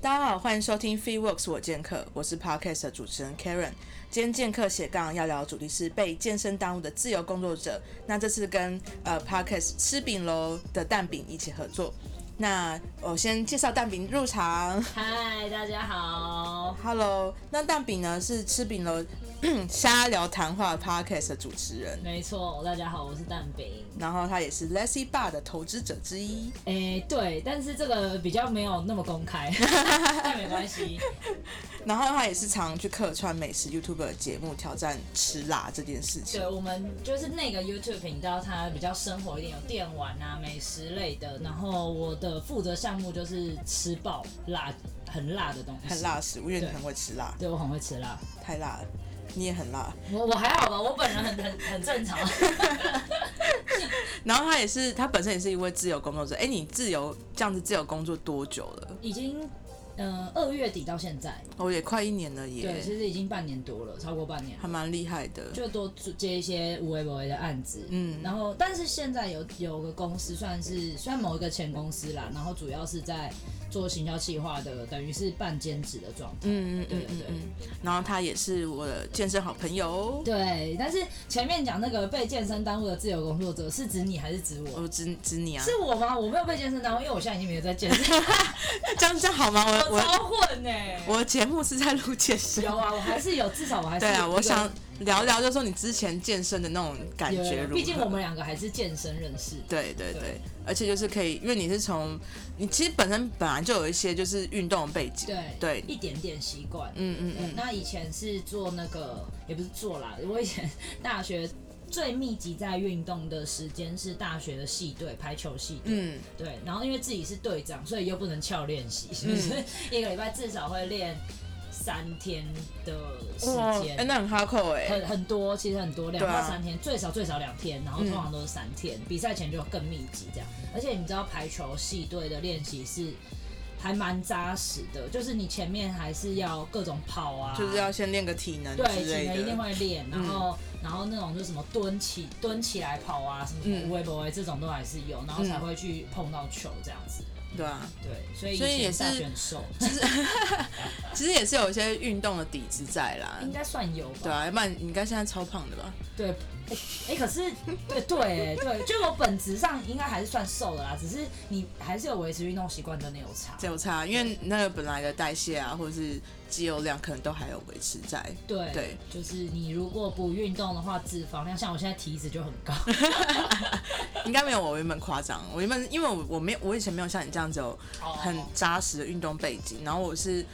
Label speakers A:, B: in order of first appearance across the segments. A: 大家好，欢迎收听 Free Works 我健客，我是 Podcast 的主持人 Karen。今天健客斜杠要聊的主题是被健身耽误的自由工作者。那这次跟呃 Podcast 吃饼喽的蛋饼一起合作。那我先介绍蛋饼入场。
B: 嗨，大家好。
A: Hello，那蛋饼呢是吃饼楼 瞎聊谈话 Podcast 的主持人，
B: 没错，大家好，我是蛋饼。
A: 然后他也是 Lessy Bar 的投资者之一。
B: 哎、对，但是这个比较没有那么公开， 但没关系。
A: 然后他也是常去客串美食 YouTube 的节目，挑战吃辣这件事情
B: 对，。我们就是那个 YouTube 频道，它比较生活一点，有电玩啊、美食类的。然后我的负责项目就是吃爆辣，很辣的东西。
A: 很辣的。食物，因为你
B: 对
A: 很会吃辣，
B: 对，我很会吃辣。
A: 太辣了，你也很辣。
B: 我我还好吧，我本人很很很正常。
A: 然后他也是，他本身也是一位自由工作者。哎，你自由这样子自由工作多久了？
B: 已经，嗯、二月底到现在，
A: 哦，也快一年了
B: 对，
A: 耶，
B: 其实已经半年多了，超过半年了。
A: 还蛮厉害的。
B: 就多接一些无微不微的案子，
A: 嗯
B: 嗯，然后但是现在有有个公司算是算某一个前公司啦，然后主要是在做行销企划的，等于是半兼职的状态，
A: 嗯嗯嗯
B: 对
A: 嗯
B: 对
A: 嗯。然后他也是我的健身好朋友。
B: 对。但是前面讲那个被健身耽误的自由工作者，是指你还是指我？
A: 我指指你啊，
B: 是我吗？我没有被健身耽误，因为我现在已经没有在健身，
A: 这样这样好吗？ 我
B: 我
A: 我
B: 超混呢、
A: 我的节目是在录健身。
B: 有啊，我还是有，至少我还是
A: 对
B: 有一
A: 啊，
B: 个
A: 我想聊聊，就说你之前健身的那种感
B: 有有
A: 觉
B: 有
A: 如何？
B: 毕竟我们两个还是健身认识，
A: 对对对，
B: 对
A: 而且就是可以，因为你是从你其实本身本来就有一些就是运动的背景，
B: 对
A: 对
B: 一点点习惯，
A: 嗯嗯
B: 对
A: 嗯，
B: 那以前是做那个，也不是做啦，我以前大学最密集在运动的时间是大学的系队，排球系队。
A: 嗯
B: 对，然后因为自己是队长，所以又不能翘练习，所
A: 嗯
B: 以 一个礼拜至少会练三天的
A: 哇
B: 时，
A: 哎，
B: 间。
A: 那很哈扣哎，
B: 很很多，其实很多，两
A: 对啊嗯
B: 到三天，最少最少两天，然后通常都是三天，比赛前就更密集这样。而且你知道排球系队的练习是还蛮扎实的，就是你前面还是要各种跑啊，
A: 就是要先练个体能
B: 对，
A: 之
B: 体
A: 类
B: 能一定
A: 的，嗯
B: 会练，然后、然后那种就是什么蹲起蹲起来跑啊，什么什
A: 嗯
B: 么微博这种都还是有，然后才
A: 嗯
B: 会去碰到球这样子。
A: 对 啊，
B: 对，所以
A: 所以
B: 以
A: 也
B: 前大
A: 是
B: 学很瘦，
A: 其实也是有一些运动的底子在啦，
B: 应该算有吧？
A: 对啊，要不然你应该现在超胖的吧？
B: 对，哎、哎可是对对对，就我本质上应该还是算瘦的啦，只是你还是有维持运动习惯，真的有差。
A: 这有差，啊因为那个本来的代谢啊，或者是肌肉量可能都还有维持在，
B: 对
A: 对
B: 就是你如果不运动的话，脂肪量像我现在体脂就很高。
A: 应该没有我原本夸张，我原本因为我我没有我以前没有像你这样子有很扎实的运动背景，然后我是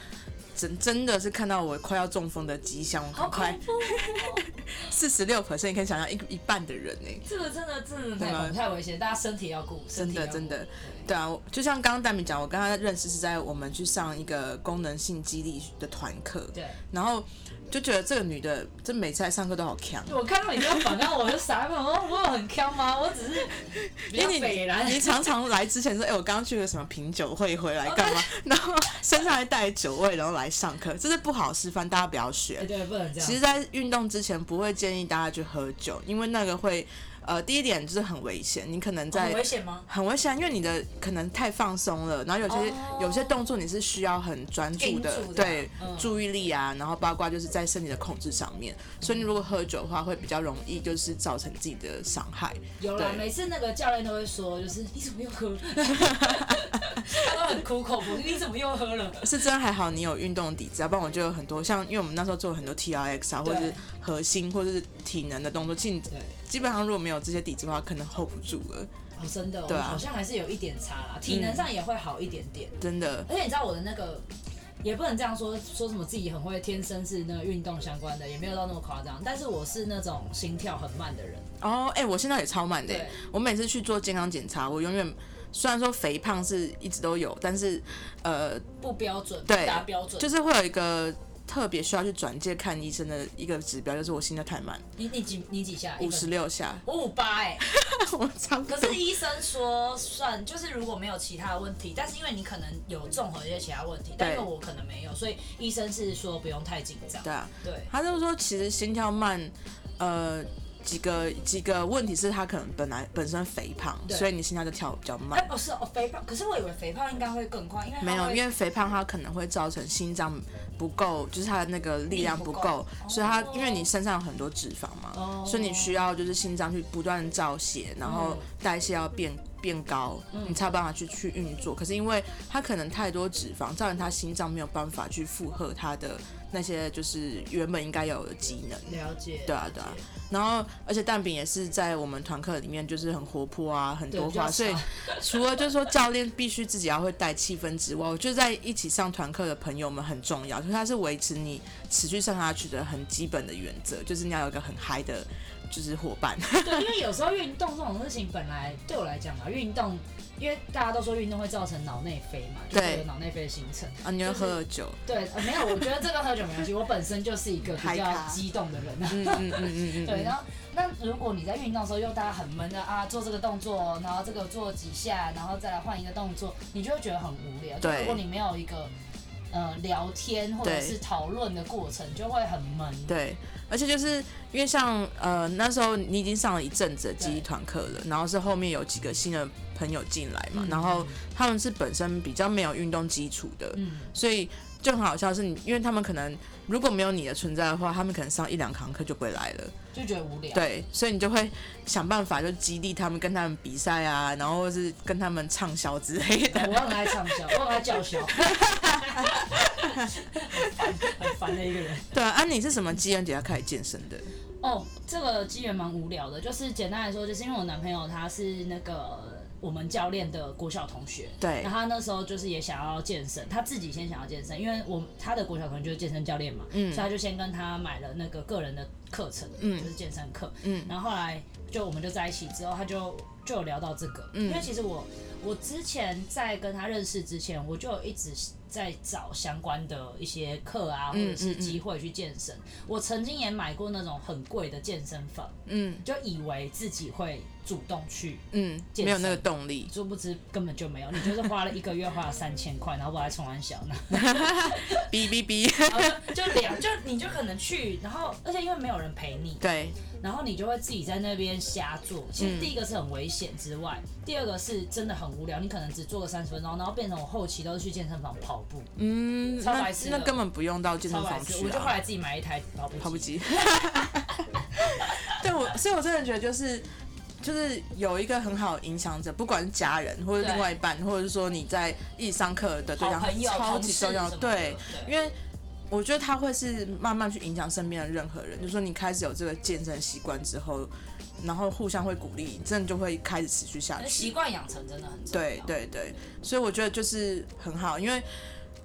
A: 真真的是看到我快要中风的迹象，我
B: 好
A: 很快
B: 恐怖、哦！
A: 四十六 percent，你可以想象一一半的人呢、欸
B: 这个真的真的
A: 对
B: 太
A: 吗
B: 恐太危险，大家身体要顾，身
A: 真
B: 体
A: 的
B: 要顾
A: 真的
B: 对
A: 对啊，我就像刚刚戴明讲，我跟他认识是在我们去上一个功能性肌力的团课，
B: 对，
A: 然后就觉得这个女的，这每次来上课都好强。
B: 我看到你这样反抗，我就傻了。我我有很坑吗？我只是比
A: 因
B: 较
A: 为
B: 北然
A: 你，你常常来之前说，哎、我刚刚去了什么品酒会回来干嘛？ 然后身上还带酒味，然后来上课，这是不好示范，大家不要学。
B: 哎，对，不能这样。
A: 其实，在运动之前，不会建议大家去喝酒，因为那个会，呃，第一点就是很危险，你可能在、
B: 哦很危险吗？
A: 很危险，因为你的可能太放松了，然后有些、
B: 哦
A: 有些动作你是需要很专注的，
B: 盯住的
A: 对、
B: 嗯
A: 注意力啊，然后包括就是在身体的控制上面，所以你如果喝酒的话，会比较容易就是造成自己的伤害。
B: 有啦，
A: 对
B: 每次那个教练都会说，就是你怎么又 喝了？他都很苦口婆心，你怎么又喝了？
A: 是真还好，你有运动底子，啊要不然我就有很多像，因为我们那时候做了很多 T R X 啊，或
B: 对
A: 者是核心，或者是体能的动作，其实你
B: 对，
A: 基本上如果没有这些底子的话，可能 hold 不住了，
B: 哦，真的，
A: 对
B: 我
A: 啊嗯
B: 好像还是有一点差啦，体能上也会好一点点。
A: 真的。
B: 而且你知道我的那个，也不能这样说，说什么自己很会，天生是那个运动相关的，也没有到那么夸张。但是我是那种心跳很慢的人，
A: 哦，哎、我现在也超慢的欸
B: 对。
A: 我每次去做健康检查，我永远虽然说肥胖是一直都有，但是呃，
B: 不标准，不
A: 对
B: 达标准。
A: 就是会有一个特别需要去转介看医生的一个指标，就是我心跳太慢，
B: 你你几你几下？一
A: 五
B: 分
A: 十六 下，
B: 我五八哎，
A: 我差不
B: 可
A: 多。
B: 是医生说算，就是如果没有其他问题，但是因为你可能有综合一些其他问题，但因为我可能没有，所以医生是说不用太紧张
A: 对。啊，
B: 对，
A: 他就说其实心跳慢，呃，几个几个问题是他可能本来本身肥胖，
B: 对
A: 所以你心跳就跳得比较
B: 哎、
A: 慢。
B: 不是哦，肥胖，可是我以为肥胖应该会更快，因为它
A: 没有，
B: 会
A: 因为肥胖它可能会造成心脏不够，就是它的那个力量不
B: 力不
A: 够
B: 够，
A: 所以它
B: 哦
A: 因为你身上有很多脂肪嘛，
B: 哦
A: 所以你需要就是心脏去不断地造血，然后代谢要变变高，你才有办法去去运作。可是因为它可能太多脂肪，造成它心脏没有办法去负荷它的那些就是原本应该有的机能。
B: 了解，
A: 对啊
B: 了解
A: 对啊，然后而且蛋饼也是在我们团课里面就是很活泼啊，很多
B: 对比较
A: 话，
B: 少
A: 所以除了就是说教练必须自己要会带气氛之外，我觉得在一起上团课的朋友们很重要，就是它是维持你持续上下去的很基本的原则，就是你要有一个很嗨的，就是伙伴。
B: 对，因为有时候运动这种事情，本来对我来讲嘛，运动，因为大家都说运动会造成脑内啡嘛，就
A: 对
B: 会有脑内啡的形成。
A: 啊，你会
B: 就是
A: 喝酒，
B: 对、呃没有，我觉得这个喝酒没关系，我本身就是一个比
A: 嗨
B: 较
A: 咖
B: 激动的人啊。
A: 嗯嗯嗯嗯嗯
B: 对，
A: 嗯，
B: 然后那如果你在运动的时候又大家很闷的啊，做这个动作，然后这个做几下，然后再来换一个动作，你就会觉得很无聊。就
A: 对
B: 如果你没有一个呃聊天或者
A: 对
B: 是讨论的过程，就会很闷。
A: 对，而且就是因为像呃那时候你已经上了一阵子的记忆
B: 对
A: 团课了，然后是后面有几个新的朋友进来嘛，
B: 嗯
A: 然后他们是本身比较没有运动基础的，
B: 嗯，
A: 所以就很好笑是你，因为他们可能如果没有你的存在的话，他们可能上一两堂课就不会来了。
B: 就觉得无聊。
A: 对，所以你就会想办法就激励他们，跟他们比赛啊，然后或是跟他们 畅销之类的。
B: 我很爱唱销，我很爱叫嚣， 很烦的一个人。
A: 对啊，啊你是什么机缘底下开始健身的？
B: 哦，这个机缘蛮无聊的，就是简单来说，就是因为我男朋友他是那个我们教练的国小同学，
A: 对
B: 然后他那时候就是也想要健身，他自己先想要健身，因为我他的国小同学就是健身教练嘛，
A: 嗯
B: 所以他就先跟他买了那个个人的课程，
A: 嗯
B: 就是健身课，
A: 嗯
B: 然后后来就我们就在一起之后，他就就有聊到这个，
A: 嗯
B: 因为其实我我之前在跟他认识之前，我就有一直在找相关的一些课啊，或
A: 嗯
B: 者是
A: 嗯嗯
B: 机会去健身。我曾经也买过那种很贵的健身房，
A: 嗯
B: 就以为自己会主动去。
A: 嗯，
B: 健
A: 没有那个
B: 身
A: 动力。
B: 殊不知根本就没有，你就是花了一个月花了三千块，然后我还冲完小呢，
A: 哔哔哔，
B: 然后就就两就你就可能去，然后而且因为没有人陪你，
A: 对
B: 然后你就会自己在那边瞎做。其
A: 嗯
B: 实第一个是很危险之外，第二个是真的很无聊，你可能只做个三十分钟，然后变成我后期都是去健身房跑步，
A: 嗯，
B: 超
A: 那
B: 白痴
A: 那
B: 的
A: 根本不用到健
B: 超
A: 身
B: 白
A: 房
B: 痴。
A: 去
B: 我就后
A: 啊，
B: 来自己买一台跑步机，
A: 跑步机。对我，所以我真的觉得就是。就是有一个很好的影响者，不管是家人或者
B: 对
A: 另外一半，或者是说你在一起上课的对
B: 好
A: 象
B: 朋友、，
A: 超
B: 同
A: 级
B: 事
A: 重要。
B: 什么的
A: 对，，
B: 对
A: 因为我觉得他会是慢慢去影响身边的任何人。就是说你开始有这个健身习惯之后，然后互相会鼓励，真的就会开始持续下
B: 那习
A: 去。
B: 惯养成真的很重要。
A: 对对对，所以我觉得就是很好，因为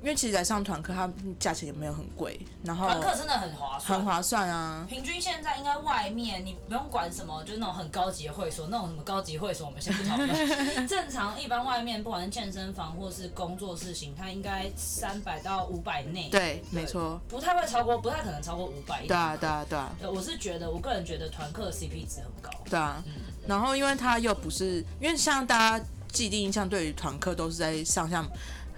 A: 因为其实来上团课，它价钱也没有很贵，然后
B: 团课真的很划算，
A: 很划算啊。
B: 平均现在应该外面你不用管什么，就是那种很高级的会所，那种什么高级会所我们先不 讨论。正常一般外面不管是健身房或是工作室形态，应该三百到五百内，
A: 对，没错，
B: 不太会超过，不太可能超过五百。
A: 对啊，对啊，对啊。
B: 对，我是觉得我个人觉得团课的 CP 值很高。
A: 对啊，然后因为他又不是，因为像大家既定印象对于团课都是在上像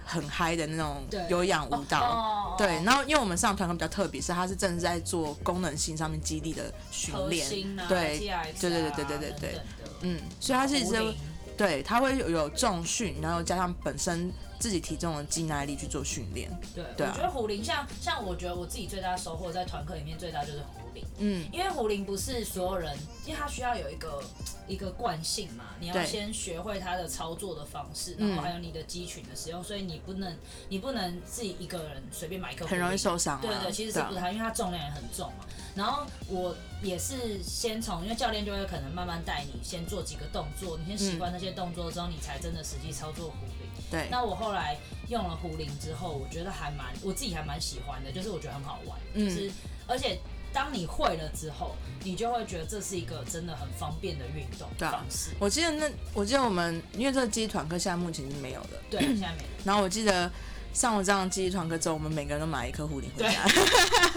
A: 很嗨的那种
B: 对
A: 有氧舞蹈，
B: 哦
A: 对。然后因为我们上团课比较特别，是它是正是在做功能性上面基地的训
B: 核
A: 练
B: 心啊，，
A: 对
B: TRX 啊
A: 对对对对对对，
B: 嗯，
A: 嗯，所以它其实
B: 壶铃
A: 对它会有有重训，然后加上本身自己体重的肌耐力去做训练，
B: 对，
A: 对
B: 我
A: 啊
B: 觉得胡林像像我觉得我自己最大的收获在团课里面最大就是胡林。
A: 嗯，
B: 因为胡林不是所有人，因为他需要有一个一个惯性嘛，你要
A: 对
B: 先学会他的操作的方式，
A: 嗯
B: 然后还有你的肌群的使用，所以你不能你不能自己一个人随便买一个壶铃，
A: 很容易受伤、啊，
B: 对对，其实是
A: 啊
B: 不太，因为它重量也很重嘛。然后我也是先从，因为教练就会可能慢慢带你先做几个动作，你先习惯那些动作之后，你才真的实际操作壶铃。
A: 嗯对，
B: 那我后来用了壶铃之后，我觉得还蛮，我自己还蛮喜欢的，就是我觉得很好玩，
A: 嗯
B: 就是而且当你会了之后，你就会觉得这是一个真的很方便的运动
A: 对啊
B: 方式。
A: 我记得那我记得我们因为这个基地团课现在目前已经没有了。
B: 对，现在没了。
A: 然后我记得上了这样的记忆团课之后，我们每个人都买一颗狐狸回家。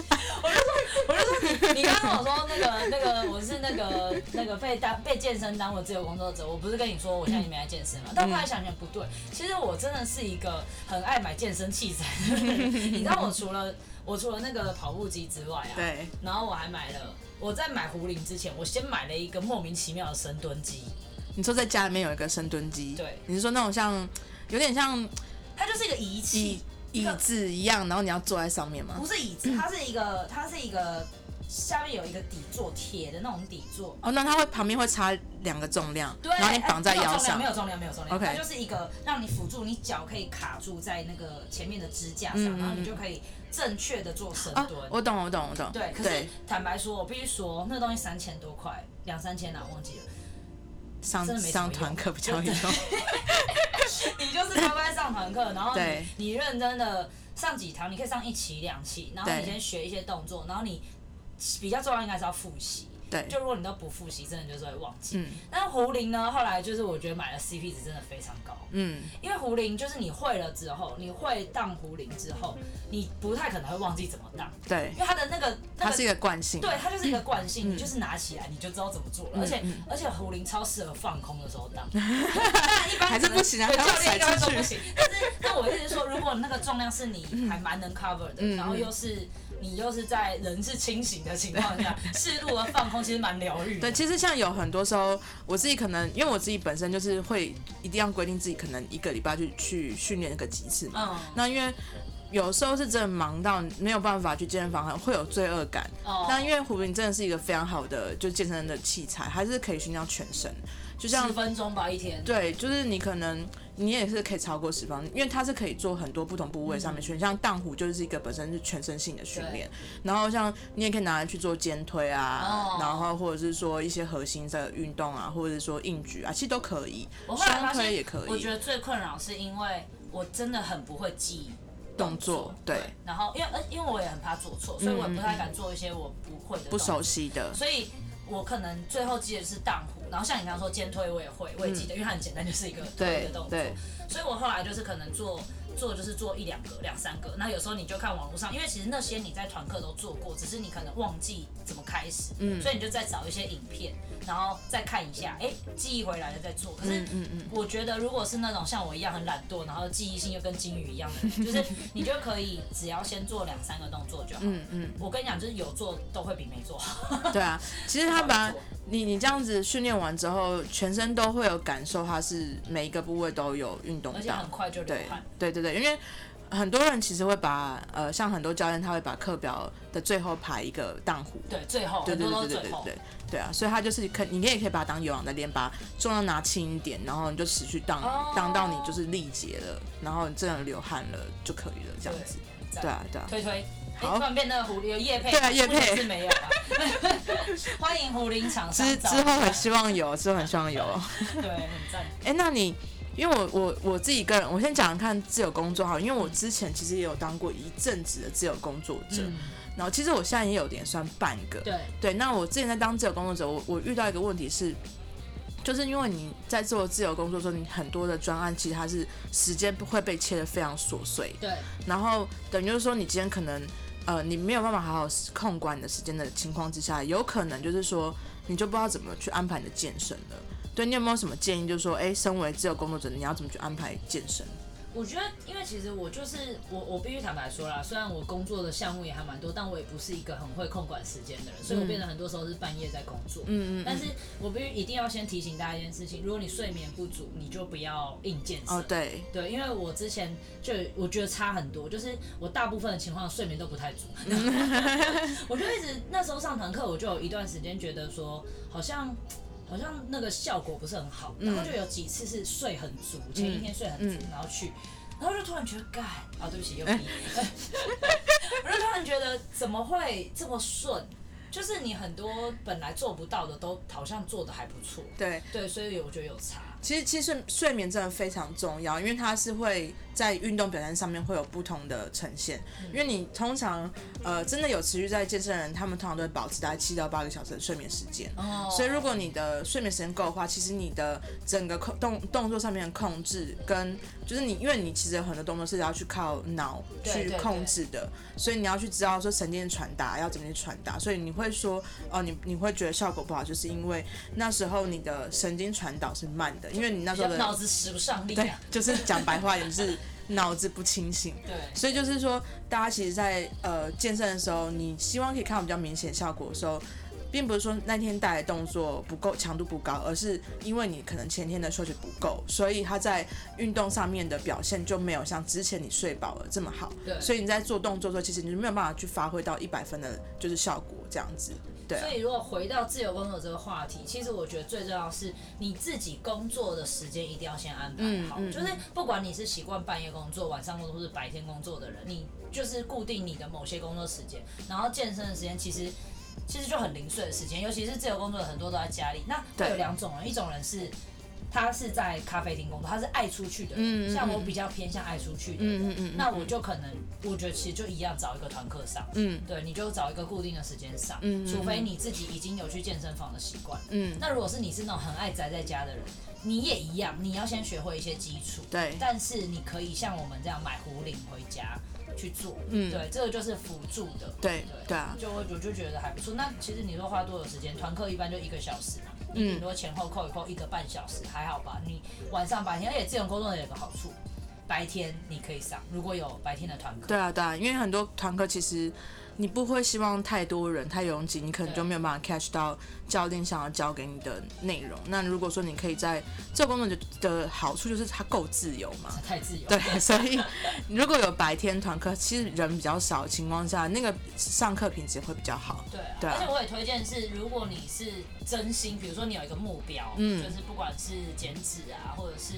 B: 我就说 你，你刚刚跟我说那个那个，我是那个那个被当被健身当我自由工作者，我不是跟你说我现在也没来健身
A: 嗯
B: 嘛？但后来想想不对，其实我真的是一个很爱买健身器材的人。你知道我除了 我除了那个跑步机之外啊，
A: 对，
B: 然后我还买了，我在买壶铃之前，我先买了一个莫名其妙的深蹲机，
A: 你说在家里面有一个深蹲机，
B: 对
A: 你是说那种像有点像
B: 它就是一个仪器
A: 椅，椅子一样，然后你要坐在上面吗
B: 不？是椅子，它是一个它是一个下面有一个底座铁的那种底座，
A: 哦，那它会旁边会插两个重量，
B: 对，哎
A: 然后你绑在腰上
B: 没。有重量，没有重量，没有重量
A: OK
B: 它就是一个让你辅助你脚可以卡住在那个前面的支架上，
A: 嗯嗯
B: 然后你就可以正确的做深
A: 啊
B: 蹲。，
A: 我懂，我懂，我懂。
B: 对，可是坦白说，我必须说，那东西三千多块，两三千啦，啊忘记了。
A: 上
B: 真的没什么
A: 上
B: 用
A: 团课比较有 用。
B: 你就是乖乖上团课，然后
A: 对
B: 你你认真的上几堂，你可以上一期两期，然后
A: 对
B: 你先学一些动作，然后你比较重要应该是要复习。
A: 对，
B: 就如果你都不复习，真的就是会忘记。
A: 嗯
B: 但是胡林呢，后来就是我觉得买的 CP 值真的非常高。
A: 嗯，
B: 因为胡铃就是你会了之后，你会当胡铃之后，你不太可能会忘记怎么当，
A: 对
B: 因，为它的那个那
A: 它
B: 个
A: 是一个惯性。
B: 对它就是一个惯
A: 嗯
B: 性，你就是拿起来你就知道怎么做了，而且
A: 嗯
B: 而且胡铃超适合放空的时 候当，但一般
A: 还是
B: 可能
A: 不行啊
B: 对
A: 它
B: 教
A: 会
B: 练应该
A: 甩出
B: 说
A: 去
B: 不行。但是但我一直说，如果那个重量是你还蛮能 cover 的，
A: 嗯
B: 然后又是你又是在人是清醒的情况 下，适度的放空，其实蛮疗愈的。
A: 对，其实像有很多时候，我自己可能因为我自己本身就是会一定要规定自己，可能一个礼拜去去训练个几次嘛。
B: 嗯，
A: 那因为有时候是真的忙到没有办法去健身房，会有罪恶感。
B: 哦
A: 那因为壶铃真的是一个非常好的就健身的器材，还是可以训练到全身，就像
B: 十分钟吧一天。
A: 对，就是你可能你也是可以超过十方，因为它是可以做很多不同部位上
B: 嗯
A: 面训练，像荡弧就是一个本身是全身性的训练，然后像你也可以拿来去做肩推啊，
B: 哦
A: 然后或者是说一些核心的运动啊，或者是说硬举啊，其实都可以，
B: 我后来
A: 双
B: 发
A: 推
B: 现
A: 也可
B: 我
A: 以
B: 觉，得最困扰是因为我真的很不会记
A: 动作对，嗯
B: 然后因为呃因为我也很怕做错，所以我也不太敢做一些我不会的，
A: 不熟，悉的，
B: 所以我可能最后记得是荡弧，然后像你刚刚说肩推我也会，我也记得，因为它很简单，就是一个推
A: 嗯对
B: 的动作，
A: 对，
B: 所以我后来就是可能做。做就是做一两个、两三个，那有时候你就看网络上，因为其实那些你在团课都做过，只是你可能忘记怎么开始，
A: 嗯
B: 所以你就再找一些影片，然后再看一下，哎、记忆回来了再做。可是
A: 嗯嗯嗯，
B: 我觉得如果是那种像我一样很懒惰，然后记忆性又跟金鱼一样 的人，就是你就可以只要先做两三个动作就好。
A: 嗯嗯，
B: 我跟你讲，就是有做都会比没做好。
A: 对 啊，其实它把你你这样子训练完之后，全身都会有感受，它是每一个部位都有运动
B: 而且
A: 到
B: 很。快就流
A: 对
B: 汗。
A: 对对对，因为很多人其实会把呃，像很多教练他会把课表的最后排一个当弧，
B: 对，最后
A: 对
B: 很
A: 对
B: 多
A: 对对
B: 都是
A: 对
B: 最
A: 对
B: 后。
A: 对对啊，所以他就是可你也可以把它当有氧在练，把重量拿轻一点，然后你就持续当、
B: 哦
A: 当到你就是力竭了，然后你真的流汗了就可以了，这样子。
B: 对
A: 对啊对啊，
B: 推推，哎，
A: 好
B: 突然变那个狐狸有叶配，
A: 对啊业配
B: 目前是没有啊。 欢迎狐狸厂商
A: 之
B: 找
A: 之后很希望有，之后很希望有。
B: 对，很赞。
A: 哎、那你因为我我我自己个人，我先讲讲看自由工作好了，因为我之前其实也有当过一阵子的自由工作者，
B: 嗯，
A: 然后其实我现在也有点算半个，
B: 对，
A: 对，那我之前在当自由工作者，我我遇到一个问题是，就是因为你在做自由工作的时候，你很多的专案其实它是时间会被切得非常琐碎，
B: 对，
A: 然后等于就是说你今天可能呃你没有办法好好控管你的时间的情况之下，有可能就是说你就不知道怎么去安排你的健身了。对你有没有什么建议？就是说，哎，身为自由工作者，你要怎么去安排健身？
B: 我觉得，因为其实我就是我，我必须坦白说啦，虽然我工作的项目也还蛮多，但我也不是一个很会控管时间的人，所以我变得很多时候是半夜在工作。
A: 嗯嗯嗯嗯
B: 但是我必须一定要先提醒大家一件事情：如果你睡眠不足，你就不要硬健身。
A: 哦，对，
B: 对，因为我之前就我觉得差很多，就是我大部分的情况睡眠都不太 足， 我就一直那时候上堂课，我就有一段时间觉得说好像。好像那个效果不是很好，
A: 嗯
B: 然后就有几次是睡很足，前一天睡很足，然后去，然后就突然觉得，干，啊，对 不起，又你，我就突然觉得怎么会这么顺？就是你很多本来做不到的，都好像做的还不错，
A: 对，
B: 对，所以我觉得有差，
A: 其实其实睡睡眠真的非常重要，因为它是会在运动表现上面会有不同的呈现。因为你通常呃真的有持续在健身的人，他们通常都会保持大概七到八个小时的睡眠时间。
B: 哦
A: 所以如果你的睡眠时间够的话，其实你的整个控动动作上面的控制跟就是你，因为你其实有很多动作是要去靠脑
B: 对
A: 去
B: 对对
A: 控制的，所以你要去知道说神经传达要怎么去传达，所以你会说哦、你你会觉得效果不好，就是因为那时候你的神经传导是慢的，因为你那时候
B: 脑
A: 的
B: 子使不上力
A: 对
B: 啊，，
A: 就是讲白话也是脑子不清醒。
B: 对，
A: 所以就是说，大家其实在，呃健身的时候，你希望可以看到比较明显效果的时候，并不是说那天带的动作不够强度不高，而是因为你可能前天的休息不够，所以他在运动上面的表现就没有像之前你睡饱了这么好。
B: 对
A: 所以你在做动作的时候，其实你就没有办法去发挥到一百分的，就是效果这样子。对啊、
B: 所以，如果回到自由工作这个话题，其实我觉得最重要的是你自己工作的时间一定要先安排好。
A: 嗯嗯
B: 就是不管你是习惯半夜工作、晚上工作，或是白天工作的人，你就是固定你的某些工作时间，然后健身的时间其实其实就很零碎的时间，尤其是自由工作的很多都在家里。那会有
A: 对
B: 两种人，一种人是。他是在咖啡厅工作，他是爱出去的人，
A: 嗯嗯嗯
B: 像我比较偏向爱出去的人，
A: 嗯嗯嗯嗯
B: 那我就可能，我觉得其实就一样找一个团课上，
A: 嗯
B: 对，你就找一个固定的时间上，
A: 嗯嗯
B: 除非你自己已经有去健身房的习惯。
A: 嗯，
B: 那如果是你是那种很爱宅在家的人，你也一样，你要先学会一些基础。
A: 对
B: 但是你可以像我们这样买壶铃回家去做，
A: 嗯
B: 对，这个就是辅助的，
A: 对对啊
B: 就我我就觉得还不错。那其实你说花多少时间？团课一般就一个小时嘛，
A: 嗯
B: 你顶多前后扣一扣一个半小时，还好吧？你晚上白天，而且自由工作的有个好处，白天你可以上，如果有白天的团课，
A: 对啊，对啊，因为很多团课其实你不会希望太多人太拥挤，你可能就没有办法 catch 到教练想要教给你的内容。那如果说你可以在这个工作的的好处就是它够自由嘛，
B: 太自由，
A: 对， 所以如果有白天团课，其实人比较少的情况下，那个上课品质会比较好。
B: 对啊，
A: 对啊
B: 而且我也推荐是，如果你是真心，比如说你有一个目标，
A: 嗯
B: 就是不管是减脂啊，或者是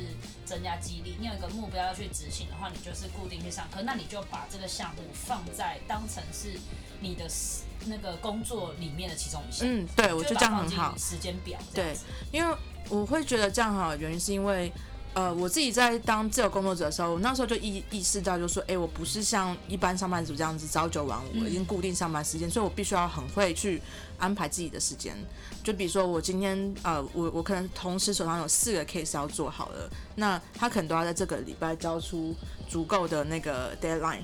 B: 增加肌力，你有一个目标要去执行的话，你就是固定去上课，那你就把这个项目放在当成是你的 s- 那个工作里面的其中一项。
A: 嗯，对，我觉
B: 就
A: 得
B: 把
A: 这样
B: 它
A: 很
B: 放
A: 好
B: 进。时间表这样子。
A: 因为我会觉得这样好的原因是因为，呃，我自己在当自由工作者的时候，我那时候就意意识到，就是说，哎，我不是像一般上班族这样子朝九晚五，
B: 嗯
A: 已经固定上班时间，所以我必须要很会去安排自己的时间。就比如说，我今天呃，我我可能同时手上有四个 case 要做好了，那他可能都要在这个礼拜交出足够的那个 deadline，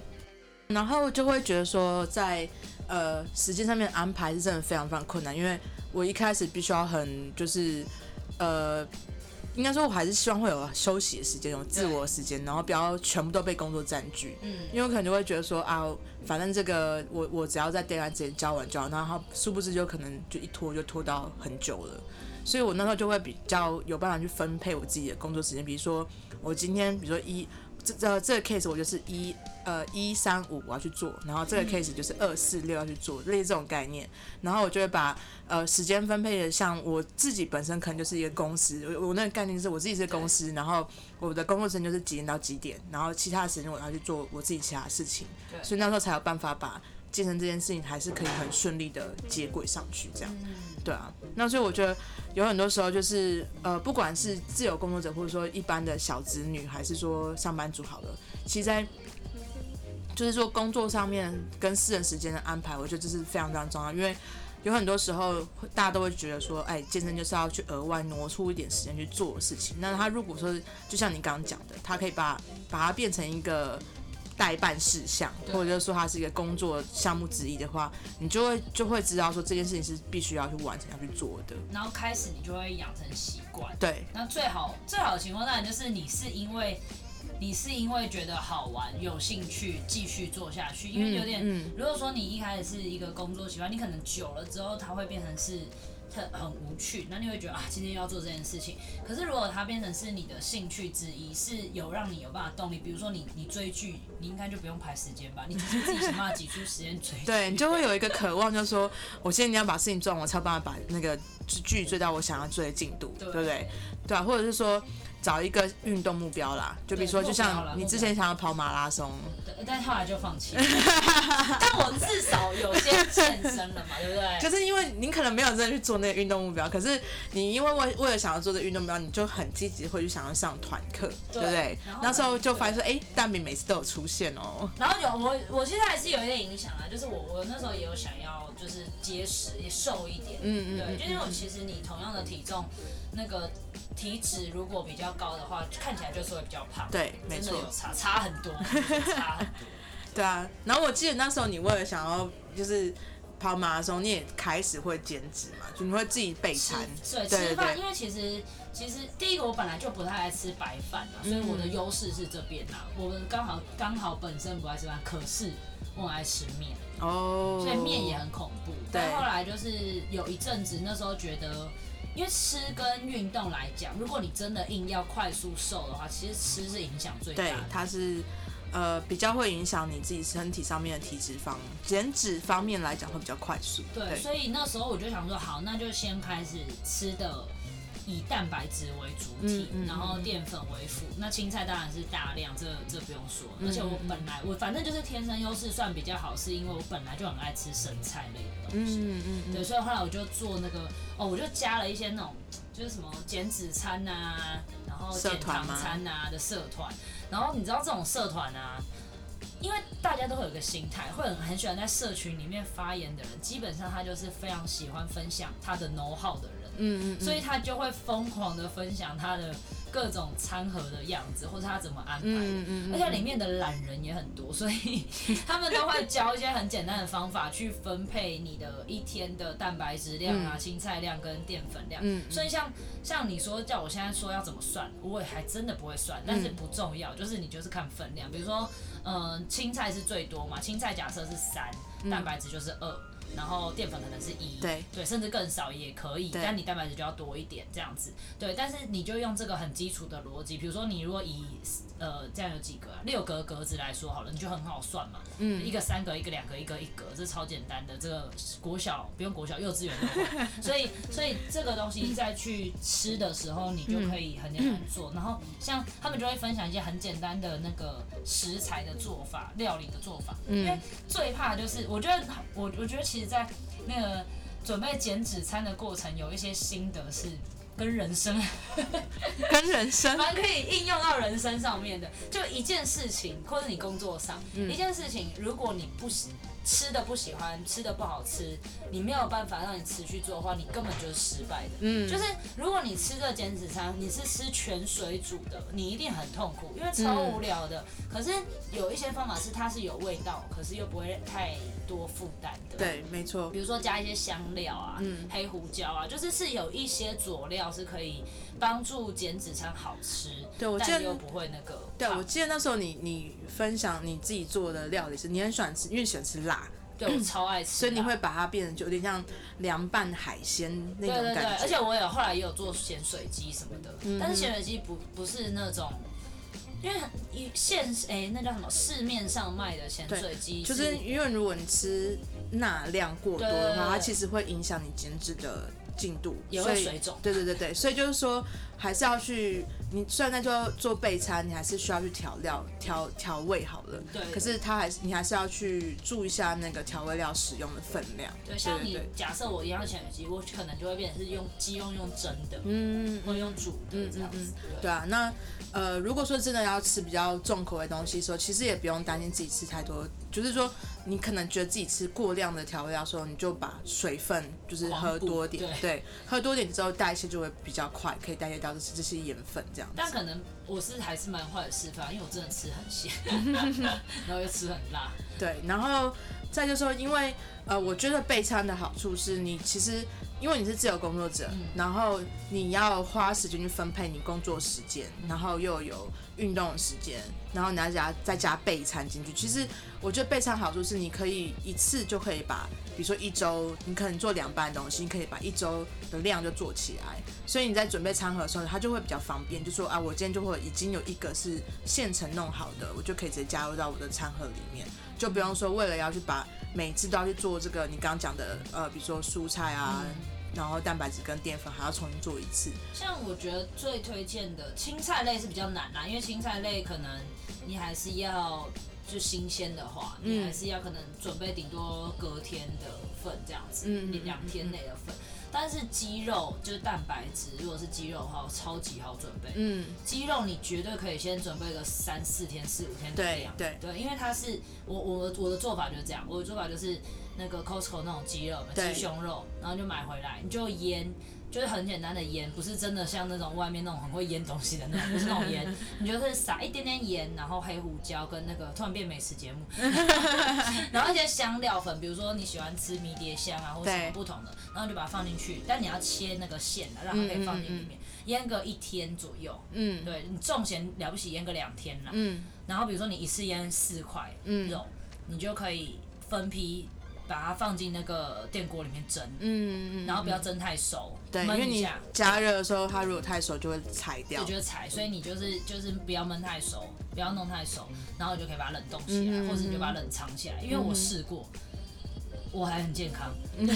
A: 然后就会觉得说在。呃，时间上面安排是真的非常非常困难，因为我一开始必须要很就是呃，应该说我还是希望会有休息的时间，有自我的时间，然后不要全部都被工作占据。
B: 嗯，
A: 因为我可能就会觉得说啊，反正这个我我只要在 deadline 之前交完就好，然后殊不知就可能就一拖就拖到很久了，所以我那时候就会比较有办法去分配我自己的工作时间，比如说我今天比如说一这这这个 case 我就是一呃一三五我要去做，然后这个 case 就是二四六要去做，类似这种概念，然后我就会把呃时间分配的像我自己本身可能就是一个公司，我我那个概念是我自己是公司，然后我的工作时间就是几点到几点，然后其他的时间我要去做我自己其他的事情，
B: 对
A: 所以那时候才有办法把健身这件事情还是可以很顺利的接轨上去，这样，对啊，那所以我觉得有很多时候就是呃，不管是自由工作者或者说一般的小子女，还是说上班族好了，其实在就是说工作上面跟私人时间的安排，我觉得这是非常非常重要，因为有很多时候会大家都会觉得说，哎，健身就是要去额外挪出一点时间去做事情。那他如果说就像你刚刚讲的，他可以把把它变成一个代办事项，
B: 对
A: 或者说它是一个工作项目之一的话，你就会就会知道说这件事情是必须要去完成、要去做的。
B: 然后开始你就会养成习惯。
A: 对，
B: 那最好最好的情况当然就是你是因为你是因为觉得好玩有兴趣继续做下去，因为有点，
A: 嗯嗯
B: 如果说你一开始是一个工作习惯，你可能久了之后它会变成是。很很无趣，那你会觉得啊，今天又要做这件事情。可是如果它变成是你的兴趣之一，是有让你有办法动力，比如说你你追剧，你应该就不用排时间吧，你就是自己想办法挤出时间追剧。
A: 对你就会有一个渴望，就是说我现在一定要把事情做完，我才有办法把那个剧追到我想要追的进度，
B: 对
A: 对不对？对啊，或者是说，找一个运动目标啦，就比如说，
C: 对
A: 就
C: 目标啦
A: 像你之前想要跑马拉松，
C: 对
B: 呃
C: 但后来就放弃了。
B: 但我至少有些健身了嘛，对不对？
A: 就是因为你可能没有真的去做那个运动目标，可是你因为为为了想要做这个运动目标，你就很积极会去想要上团课，对
B: 对
A: 不对
C: 然后？
A: 那时候就发现说，哎，蛋饼每次都有出现哦，
B: 然后有我，我现在还是有一点影响啊，就是我我那时候也有想要就是节食也瘦一点，
A: 嗯嗯
B: 对，
A: 嗯
B: 就因为我其实你同样的体重，那个体脂如果比较高的话，看起来就是会比较胖，
A: 对没
B: 真
A: 错
B: 的有差差很 多，差很多，
A: 对啊。然后我记得那时候你为了想要就是跑马拉松，你也开始会减脂嘛，就你会自己备
B: 吃
A: 餐，
B: 对
A: 对
B: 吃
A: 对
B: 饭，
A: 对
B: 因为其实其实第一个我本来就不太爱吃白饭啊，所以我
A: 嗯
B: 的优势是这边啊，我刚好刚好本身不爱吃饭，可是我很爱吃面。
A: 哦，
B: 所以面也很恐怖。
A: 对
B: 但后来就是有一阵子，那时候觉得，因为吃跟运动来讲，如果你真的硬要快速瘦的话，其实吃是影响最大
A: 对
B: 的，。
A: 它是呃比较会影响你自己身体上面的体脂肪减脂方面来讲会比较快速。
B: 对，所以那时候我就想说，好，那就先开始吃的以蛋白质为主体，
A: 嗯嗯嗯
B: 然后淀粉为辅。那青菜当然是大量，这这不用说。
A: 嗯
B: 而且我本来我反正就是天生优势算比较好，是因为我本来就很爱吃生菜类的东西。
A: 嗯嗯嗯，
B: 对，所以后来我就做那个，哦，我就加了一些那种，就是什么减脂餐啊，然后
A: 社
B: 减
A: 团
B: 糖
A: 吗
B: 餐啊的社团。然后你知道这种社团啊，因为大家都会有一个心态，会很很喜欢在社群里面发言的人，基本上他就是非常喜欢分享他的 know how 的人。
A: 嗯嗯，
B: 所以他就会疯狂的分享他的各种餐盒的样子，或者他怎么安排的
A: 嗯嗯嗯
B: 而且里面的懒人也很多，所以他们都会教一些很简单的方法去分配你的一天的蛋白质量
A: 嗯
B: 啊、青菜量跟淀粉量。
A: 嗯嗯
B: 所以像像你说叫我现在说要怎么算，我也还真的不会算，但是不重要，就是你就是看分量，比如说，嗯、青菜是最多嘛，青菜假设是三，
A: 嗯
B: 蛋白质就是二、然后淀粉可能是一，
A: 对
B: 对，甚至更少也可以，
A: 对
B: 但你蛋白质就要多一点这样子。对，但是你就用这个很基础的逻辑，比如说你如果以呃这样有几个、啊、六格格子来说好了，你就很好算嘛。嗯，一个三格，一个两格，一个一格，这超简单的。这个国小不用国小，幼稚园都会。所以所以这个东西在去吃的时候，你就可以很简单做。然后像他们就会分享一些很简单的那个食材的做法、料理的做法。因为最怕的就是，我觉得我我觉得其实，在那个准备减脂餐的过程，有一些心得是跟人生
A: 跟人生
B: 蛮可以应用到人生上面的。就一件事情，或者你工作上、一件事情，如果你不喜吃的不喜欢，吃的不好吃，你没有办法让你持续做的话，你根本就是失败的。
A: 嗯
B: 就是如果你吃这减脂餐，你是吃全水煮的，你一定很痛苦，因为超无聊的。可是有一些方法是它是有味道，可是又不会太多负担的。。
A: 对，没错
B: 比，如说加一些香料啊，
A: 嗯
B: 黑胡椒啊，就是是有一些佐料是可以帮助减脂餐好吃，
A: 对我记得
B: 但又不会那个
A: 对
B: 胖
A: 我记得那时候你你分享你自己做的料理是，你很喜欢吃，因为你喜欢吃辣，
B: 对我超爱吃辣，
A: 所以你会把它变成就有点像凉拌海鲜那
B: 对
A: 种
B: 对对，
A: 感
B: 而
A: 觉。嗯
B: 且我有后来也有做咸水鸡什么的，但是咸水鸡不不是那种。因为一现诶、那叫什么？市面上卖的咸水鸡
A: 就是因为如果你吃钠量过多
B: 对
A: 的
B: 对对
A: 话，它其实会影响你减脂的进度，
B: 也
A: 所
B: 会
A: 以
B: 水肿
A: 对对对对，所以就是说，还是要去你虽然在做做备餐，你还是需要去调料调调味好了。
B: 对
A: 可是它还是你还是要去注意一下那个调味料使用的分量。
B: 对，像
A: 对
B: 你
A: 对
B: 假设我一样咸水鸡，我可能就会变成是用鸡用用蒸的，
A: 嗯，
B: 或用煮的这样子。
A: 对啊，那呃，如果说真的要吃比较重口味的东西的时候，其实也不用担心自己吃太多，就是说你可能觉得自己吃过量的调味料的时候，你就把水分就是喝多点
B: 狂，补
A: 对，喝多点之后代谢就会比较快，可以代谢到这些这些盐分这样子。
B: 但可能我是还是蛮坏的示范，因为我真的吃很 咸，然后又吃很辣。
A: 对，然后再就是说，因为呃，我觉得备餐的好处是你其实因为你是自由工作者，然后你要花时间去分配你工作时间，然后又有运动的时间，然后你要加再加备餐进去。其实我觉得备餐好处是你可以一次就可以把，比如说一周你可能做两班的东西，你可以把一周的量就做起来，所以你在准备餐盒的时候，它就会比较方便，就说啊，我今天就会已经有一个是现成弄好的，我就可以直接加入到我的餐盒里面，就不用说为了要去把每次都要去做这个你刚刚讲的呃，比如说蔬菜啊。然后蛋白质跟淀粉还要重新做一次。
B: 像我觉得最推荐的青菜类是比较难啦，因为青菜类可能你还是要就新鲜的话，
A: 嗯
B: 你还是要可能准备顶多隔天的份这样子，
A: 嗯嗯嗯
B: 两天内的份。但是鸡肉就是蛋白质，如果是鸡肉的话，超级好准备。
A: 嗯，
B: 鸡肉你绝对可以先准备个三四天、四五天的
A: 对
B: 量，
A: 对
B: 因为它是我我我的做法就是这样，我的做法就是那个 Costco 那种鸡肉嘛，
A: 对
B: 鸡胸肉，然后就买回来，你就腌，就是很简单的腌，不是真的像那种外面那种很会腌东西的那种，不是那种腌， 你就是撒一点点盐，然后黑胡椒跟那个突然变美食节 目，然后一些香料粉，比如说你喜欢吃迷迭香啊，或什
A: 对
B: 么不同的，然后就把它放进去，但你要切那个馅啊，让它可以放进里面，腌个一天左右。
A: 嗯
B: 对你重咸了不起腌个两天啦，
A: 嗯
B: 然后比如说你一次腌四块
A: 嗯
B: 肉，你就可以分批把它放进那个电锅里面蒸，
A: 嗯嗯，
B: 然后不要蒸太熟，
A: 对，因为
B: 焖一
A: 你
B: 下，
A: 加热的时候，它如果太熟就会柴掉
B: 就。觉得柴，所以你就是就是不要焖太熟，不要弄太熟，然后你就可以把它冷冻起来，
A: 嗯嗯嗯嗯嗯
B: 或者你就把它冷藏起来，因为我试过。我还很健康，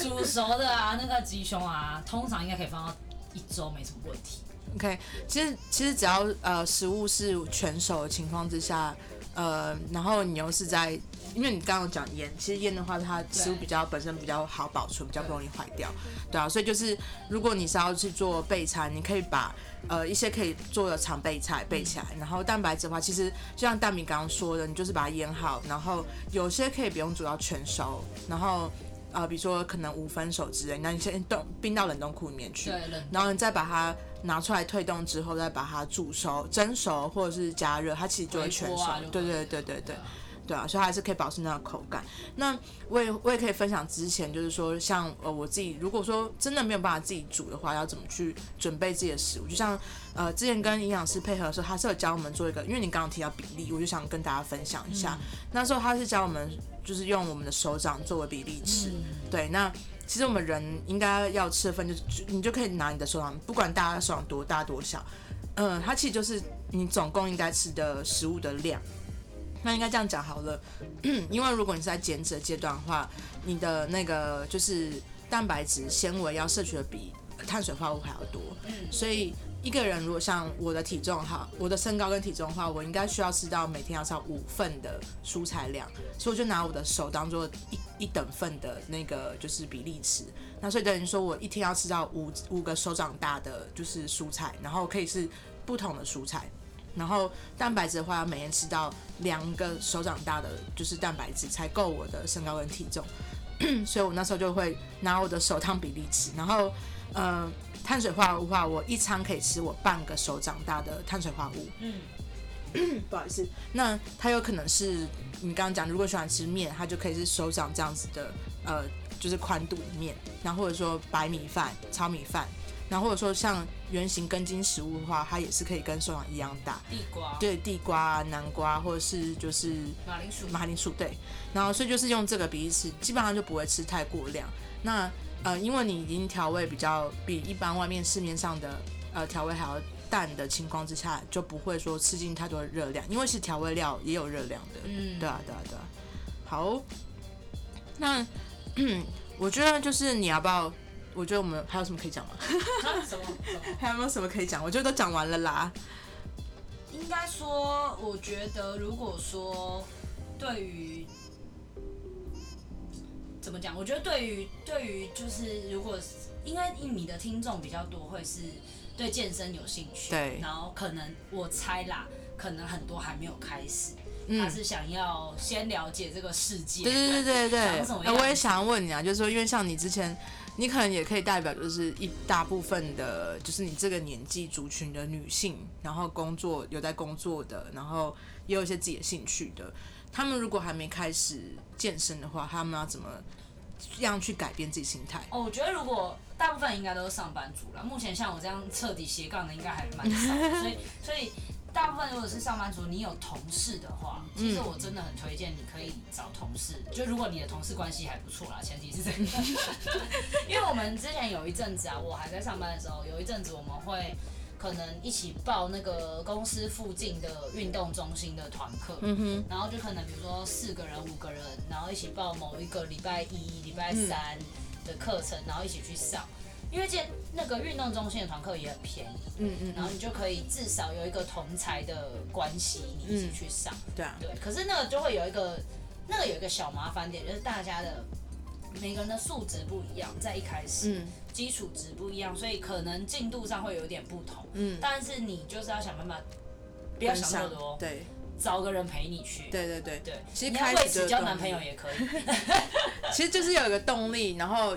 B: 煮熟的啊，那个鸡胸啊，通常应该可以放到一周没什么问题。
A: OK，其实其实只要呃食物是全熟的情况之下，呃，然后你又是在，因为你刚刚有讲腌，其实腌的话它食物比较本身比较好保存，比较不容易坏掉，对啊，所以就是如果你是要去做备餐，你可以把呃一些可以做的常备菜备起来，然后蛋白质的话，其实就像大米刚刚说的，你就是把它腌好，然后有些可以不用煮到全熟，然后。呃，比如说可能五分熟之类，那你先冻冰到冷冻库里面去，
B: 对，冷
A: 然后你再把它拿出来退冻之后，再把它煮熟、蒸熟或者是加热，它其实就会全
B: 微
A: 熟。
B: 波啊就可
A: 对
B: 以
A: 对
B: 了
A: 对对对
B: 啊
A: 对啊，所以它还是可以保持那个口感。那我也我也可以分享之前就是说，像呃我自己如果说真的没有办法自己煮的话，要怎么去准备自己的食物？就像呃之前跟营养师配合的时候，他是有教我们做一个，因为你刚刚提到比例，我就想跟大家分享一下。
B: 嗯
A: 那时候他是教我们就是用我们的手掌作为比例尺，
B: 嗯
A: 对，那其实我们人应该要吃的份就是，就你就可以拿你的手掌，不管大家手掌多大多小，嗯，它其实就是你总共应该吃的食物的量。那应该这样讲好了， 因为如果你是在减脂的阶段的话，你的那个就是蛋白质、纤维要摄取的比碳水化合物还要多，所以一个人如果像我的体重哈，我的身高跟体重的话，我应该需要吃到每天要吃到五份的蔬菜量，所以我就拿我的手当做一一等份的那个就是比例尺，那所以等于说我一天要吃到五五个手掌大的就是蔬菜，然后可以是不同的蔬菜。然后蛋白质的话，要每天吃到两个手掌大的就是蛋白质才够我的身高跟体重， 所以我那时候就会拿我的手当比例吃，然后呃碳水化合物的话，我一餐可以吃我半个手掌大的碳水化合物，
B: 嗯，
A: 不好意思，那它有可能是你刚刚讲，如果喜欢吃面，它就可以是手掌这样子的，呃，就是宽度的面，然后或者说白米饭、糙米饭，然后或者说像圆形根茎食物的话，它也是可以跟手掌一样大，
B: 地瓜、
A: 对，地瓜、南瓜或者是就是
B: 马铃薯、
A: 马铃薯对，然后所以就是用这个比例吃，基本上就不会吃太过量。那呃，因为你已经调味比较比一般外面市面上的呃调味还要淡的情况之下，就不会说吃进太多的热量，因为其实调味料也有热量的。
B: 嗯，
A: 对啊，对啊，对啊。好，那 我觉得就是你要不要？我觉得我们还有什么可以讲吗？
B: 啊什么什么？
A: 还有没有什么可以讲？我觉得都讲完了啦。
B: 应该说，我觉得如果说对于怎么讲，我觉得对于对于就是如果应该你的听众比较多，会是对健身有兴趣，
A: 对
B: 然后可能我猜啦，可能很多还没有开始，他
A: 嗯，
B: 是想要先了解这个世界，
A: 对对对对对，
B: 长什么
A: 哎我也
B: 样子
A: 想要问你啊，就是说，因为像你之前，你可能也可以代表就是一大部分的，就是你这个年纪族群的女性，然后工作有在工作的，然后也有一些自己的兴趣的，他们如果还没开始健身的话，他们要怎么样去改变自己心态？
B: 哦，我觉得如果大部分应该都是上班族啦，目前像我这样彻底斜杠的应该还蛮少 的，所以所以大部分如果是上班族，你有同事的话，其
A: 嗯
B: 实我真的很推荐你可以找同事，就如果你的同事关系还不错啦，前提是这个， 因为我们之前有一阵子啊，我还在上班的时候，有一阵子我们会。可能一起报那个公司附近的运动中心的团课，
A: 嗯哼，
B: 然
A: 嗯
B: 后就可能比如说四个人、五个人，然后一起报某一个礼拜一、礼拜三、的课程，然后一起去上。因为这那个运动中心的团课也很便宜，
A: 嗯嗯
B: 然后
A: 嗯，
B: 你就可以至少有一个同才的关系，你一起去上。
A: 对啊，
B: 对，可是那个就会有一个，那个有一个小麻烦点，就是大家的每个人的素质不一样，在一开始、
A: 嗯
B: 基础值不一样，所以可能进度上会有点不同。
A: 嗯，
B: 但是你就是要想办法，不要想那么多，
A: 对
B: 找个人陪你去。
A: 对对对，
B: 对，
A: 其实
B: 你要
A: 开始
B: 为
A: 就
B: 此
A: 是
B: 交
A: 动
B: 男朋
A: 力
B: 友也可以。
A: 其实就是有一个动力，然后。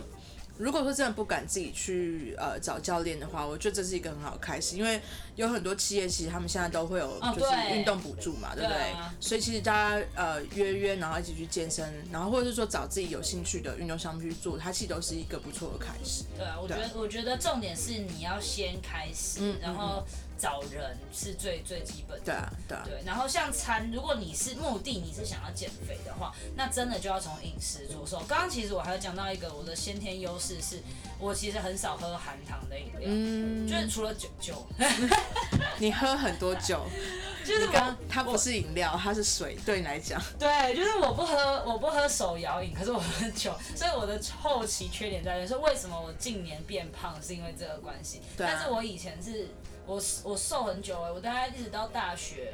A: 如果说真的不敢自己去呃找教练的话，我觉得这是一个很好的开始，因为有很多企业其实他们现在都会有
B: 哦
A: 就是
B: 对
A: 运动补助嘛，对不
B: 对
A: 对
B: 啊？
A: 所以其实大家呃约约，然后一起去健身，然后或者是说找自己有兴趣的运动项目去做，它其实都是一个不错的开始。
B: 对啊，我觉
A: 对啊
B: 得我觉得重点是你要先开始，
A: 嗯嗯
B: 然后找人是最最基本的。
A: 对啊，对啊，
B: 对，然后像餐，如果你是目的你是想要减肥的话，那真的就要从饮食着手。刚刚其实我还有讲到一个我的先天优势是，我其实很少喝含糖的饮料，
A: 嗯，
B: 就是除了酒酒，
A: 你喝很多酒，
B: 就是我
A: 刚它不是饮料，它是水，对你来 讲，
B: 对，就是我不喝我不喝手摇饮，可是我喝酒，所以我的后期缺点在于说，为什么我近年变胖是因为这个关系。
A: 对啊
B: 但是我以前是我我瘦很久哎、我大概一直到大学。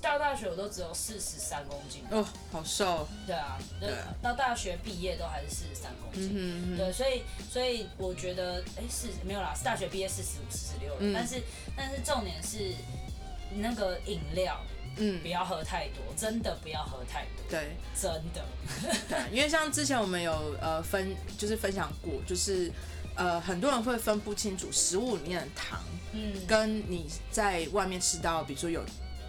B: 到大学我都只有四十三公斤，
A: 哦，好瘦，
B: 对啊，对
A: 对啊
B: 到大学毕业都还是四十三公斤，
A: 嗯哼
B: 对，所以所以我觉得，哎、是没有啦，大学毕业四十五、四十六了，
A: 嗯
B: 但是但是重点是那个饮料
A: 嗯
B: 不，要喝太多，真的不要喝太多，
A: 对。
B: 真的，
A: 对，呃因为像之前我们有呃分，就是分享过，就是呃很多人会分不清楚食物里面的糖
B: 嗯，
A: 跟你在外面吃到，比如说有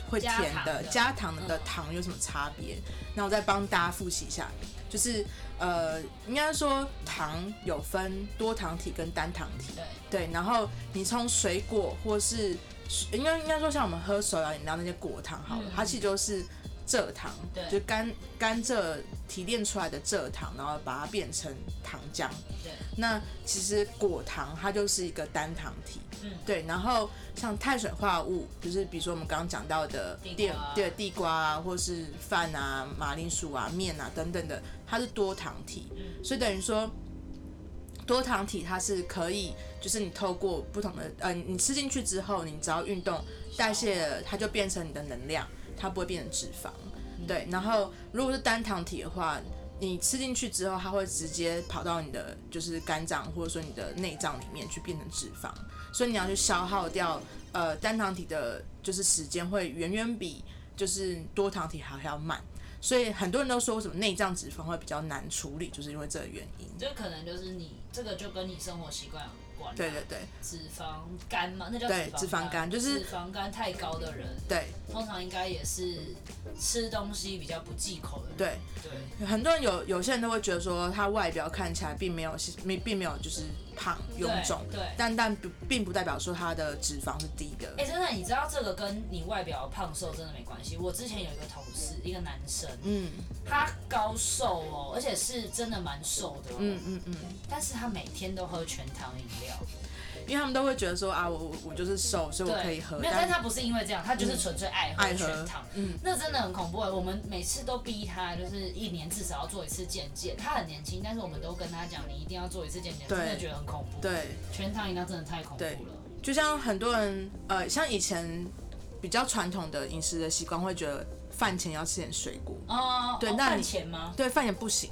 A: 会甜的
B: 加
A: 加糖的
B: 嗯
A: 糖有什么差别。那我再帮大家复习一下，就是呃应该说糖有分多糖体跟单糖体，
B: 对，
A: 对，然后你从水果或是应该应该说像我们喝手摇饮料那些果糖好了，
B: 嗯
A: 它其实就是蔗糖，
B: 对
A: 就甘甘蔗提炼出来的蔗糖，然后把它变成糖浆。
B: 对，
A: 那其实果糖它就是一个单糖体，
B: 嗯
A: 对。然后像碳水化合物，就是比如说我们刚刚讲到的
B: 地
A: 电
B: 瓜啊
A: 对地瓜啊，或是饭啊、马铃薯啊、面啊等等的，它是多糖体，
B: 嗯
A: 所以等于说。多糖体它是可以，就是你透过不同的，呃，你吃进去之后，你只要运动代谢了，它就变成你的能量，它不会变成脂肪。对，然后如果是单糖体的话，你吃进去之后，它会直接跑到你的就是肝脏或者说你的内脏里面去变成脂肪，所以你要去消耗掉呃单糖体的，就是时间会远远比就是多糖体还要慢。所以很多人都说，为什么内脏脂肪会比较难处理，就是因为这个原因。
B: 这可能就是你这个就跟你生活习惯有关，啊
A: 对对，对
B: 脂肪肝嘛，那叫
A: 对
B: 脂肪
A: 脂肪肝就是
B: 脂肪肝太高的人，
A: 对
B: 通常应该也是吃东西比较不忌口的人，
A: 对，
B: 对。
A: 很多人有有些人都会觉得说，他外表看起来并没有没并没有就是胖臃肿，
B: 对对
A: 但但不并不代表说他的脂肪是低的。
B: 哎、真的，你知道这个跟你外表胖瘦真的没关系。我之前有一个同事，一个男生，
A: 嗯
B: 他高瘦哦，而且是真的蛮瘦的、哦，
A: 嗯嗯嗯，
B: 但是他每天都喝全糖饮料，
A: 因为他们都会觉得说啊，我我我就是瘦，所以我
B: 对
A: 可以喝，
B: 没有，但他不是因为这样，他就是
A: 嗯
B: 纯粹爱
A: 爱
B: 喝
A: 喝
B: 全糖。，
A: 嗯
B: 那真的很恐怖欸我们每次都逼他，就是一年至少要做一次健检。他很年轻，但是我们都跟他讲，你一定要做一次健检，真
A: 对
B: 的觉得很恐怖。，
A: 对，
B: 全糖饮料真的太恐怖
A: 对
B: 了。
A: 就像很多人呃，像以前比较传统的饮食的习惯，会觉得饭前要吃点水果，
B: 哦，
A: 对
B: 哦
A: 那
B: 饭
A: 你
B: 前吗？
A: 对，饭前不行，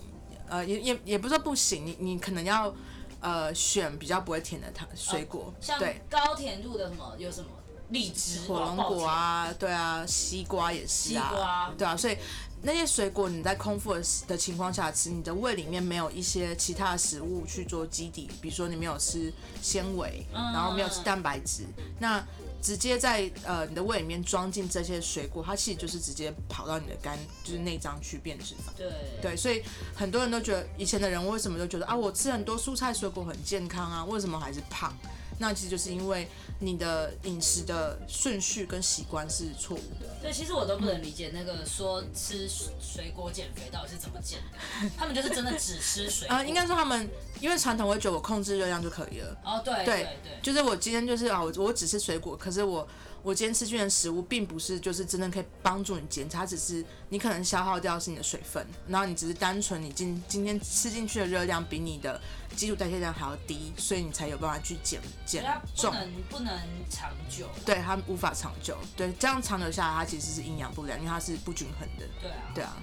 A: 呃，也也也不是说不行，你你可能要呃选比较不会甜的糖水果，
B: 哦像
A: 对。
B: 高甜度的什么有什么荔枝、哦
A: 火龙
B: 哇
A: 果，啊，对啊，西瓜也是啊，
B: 西瓜
A: 对啊，所以那些水果你在空腹的的情况下吃，你的胃里面没有一些其他的食物去做基底，比如说你没有吃纤维，
B: 嗯
A: 然后没有吃蛋白质，那直接在呃你的胃里面装进这些水果，它其实就是直接跑到你的肝就是内脏去变脂肪。
B: 对
A: 对，所以很多人都觉得以前的人为什么都觉得啊，我吃很多蔬菜水果很健康啊，为什么还是胖？那其实就是因为你的饮食的顺序跟习惯是错误的。
B: 对，其实我都不能理解那个说吃水果减肥到底是怎么减的，他们就是真的只吃水 果。
A: 啊，应该说他们因为传统会觉得我控制热量就可以了，
B: 哦，对
A: 对
B: 对对，
A: 就是我今天就是啊，我我只吃水果，可是我我今天吃进的食物并不是就是真正可以帮助你减，它只是你可能消耗掉的是你的水分，然后你只是单纯你今今天吃进去的热量比你的基础代谢量还要低，所以你才有办法去减减
B: 它啊不
A: 重。
B: 能不能长久。
A: 对它无法长久，对这样长久下来，它其实是营养不良，因为它是不均衡的，
B: 对啊，
A: 对啊，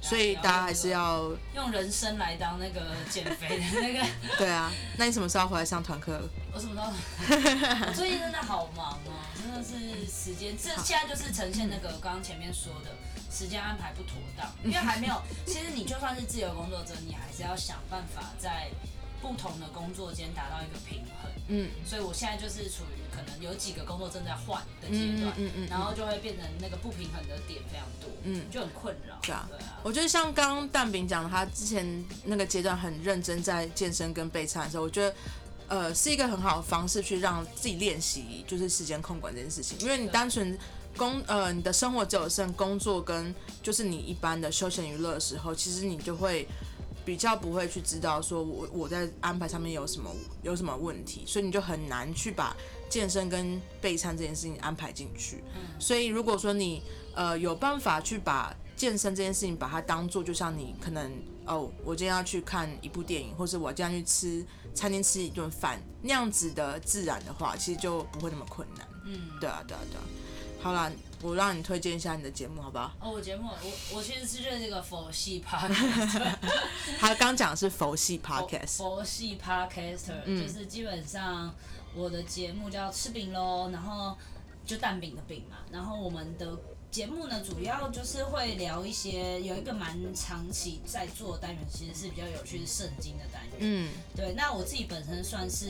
A: 所以大家还是要
B: 用人生来当那个减肥的 那个。
A: 对啊。那你什么时候回来上团课？
B: 我什么 都，我最近真的好忙哦、真的是时间，这现在就是呈现那个刚刚前面说的时间安排不妥当，因为还 没有。其实你就算是自由工作者，你还是要想办法在不同的工作间达到一个平衡。
A: 嗯，
B: 所以我现在就是处于可能有几个工作正在换的阶段，
A: 嗯嗯嗯嗯
B: 然后就会变成那个不平衡的点非常多，
A: 嗯
B: 就很困扰。
A: 对啊
B: 对啊，
A: 我觉得像刚刚蛋饼讲，他之前那个阶段很认真在健身跟备餐的时候，我觉得。呃，是一个很好的方式去让自己练习，就是时间控管这件事情。因为你单纯工呃，你的生活只有剩工作跟就是你一般的休闲娱乐的时候，其实你就会比较不会去知道说我我在安排上面有什么有什么问题，所以你就很难去把健身跟备餐这件事情安排进去。所以如果说你呃有办法去把健身这件事情把它当做就像你可能哦，我今天要去看一部电影，或是我今天要去吃餐厅吃一顿饭那样子的自然的话，其实就不会那么困难。
B: 嗯。
A: 对啊，对啊，对啊。好啦，我让你推荐一下你的节目，好不好？
B: 哦，我节目我我其实是认这个 佛系 podcast，
A: 他刚讲的是佛系 podcast，
B: 佛系 podcaster，、就是
A: 嗯
B: 基本上我的节目叫吃饼喽，然后就蛋饼的饼嘛，然后我们的。节目呢，主要就是会聊一些有一个蛮长期在做的单元，其实是比较有趣是圣经的单元。
A: 嗯
B: 对，那我自己本身算是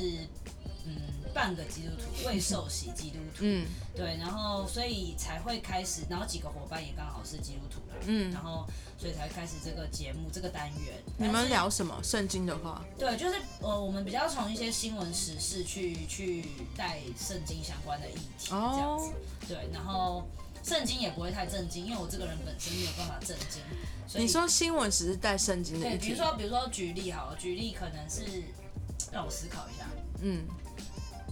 B: 嗯半个基督 徒，未受洗基督徒。
A: 嗯
B: 对，然后所以才会开始，然后几个伙伴也刚好是基督徒啦，
A: 嗯
B: 然后所以才开始这个节目这个单元。
A: 你
B: 但
A: 们
B: 是
A: 聊什么？圣经的话，
B: 对，就是呃，我们比较从一些新闻时事去去带圣经相关的议题这样子。
A: 哦
B: 对，然后圣经也不会太震惊，因为我这个人本身没有办法震惊。所以
A: 你说新闻只是带圣经的
B: 对，
A: 一
B: 比
A: 题
B: 如，说比如说举例好了，举例可能是让我思考一下，
A: 嗯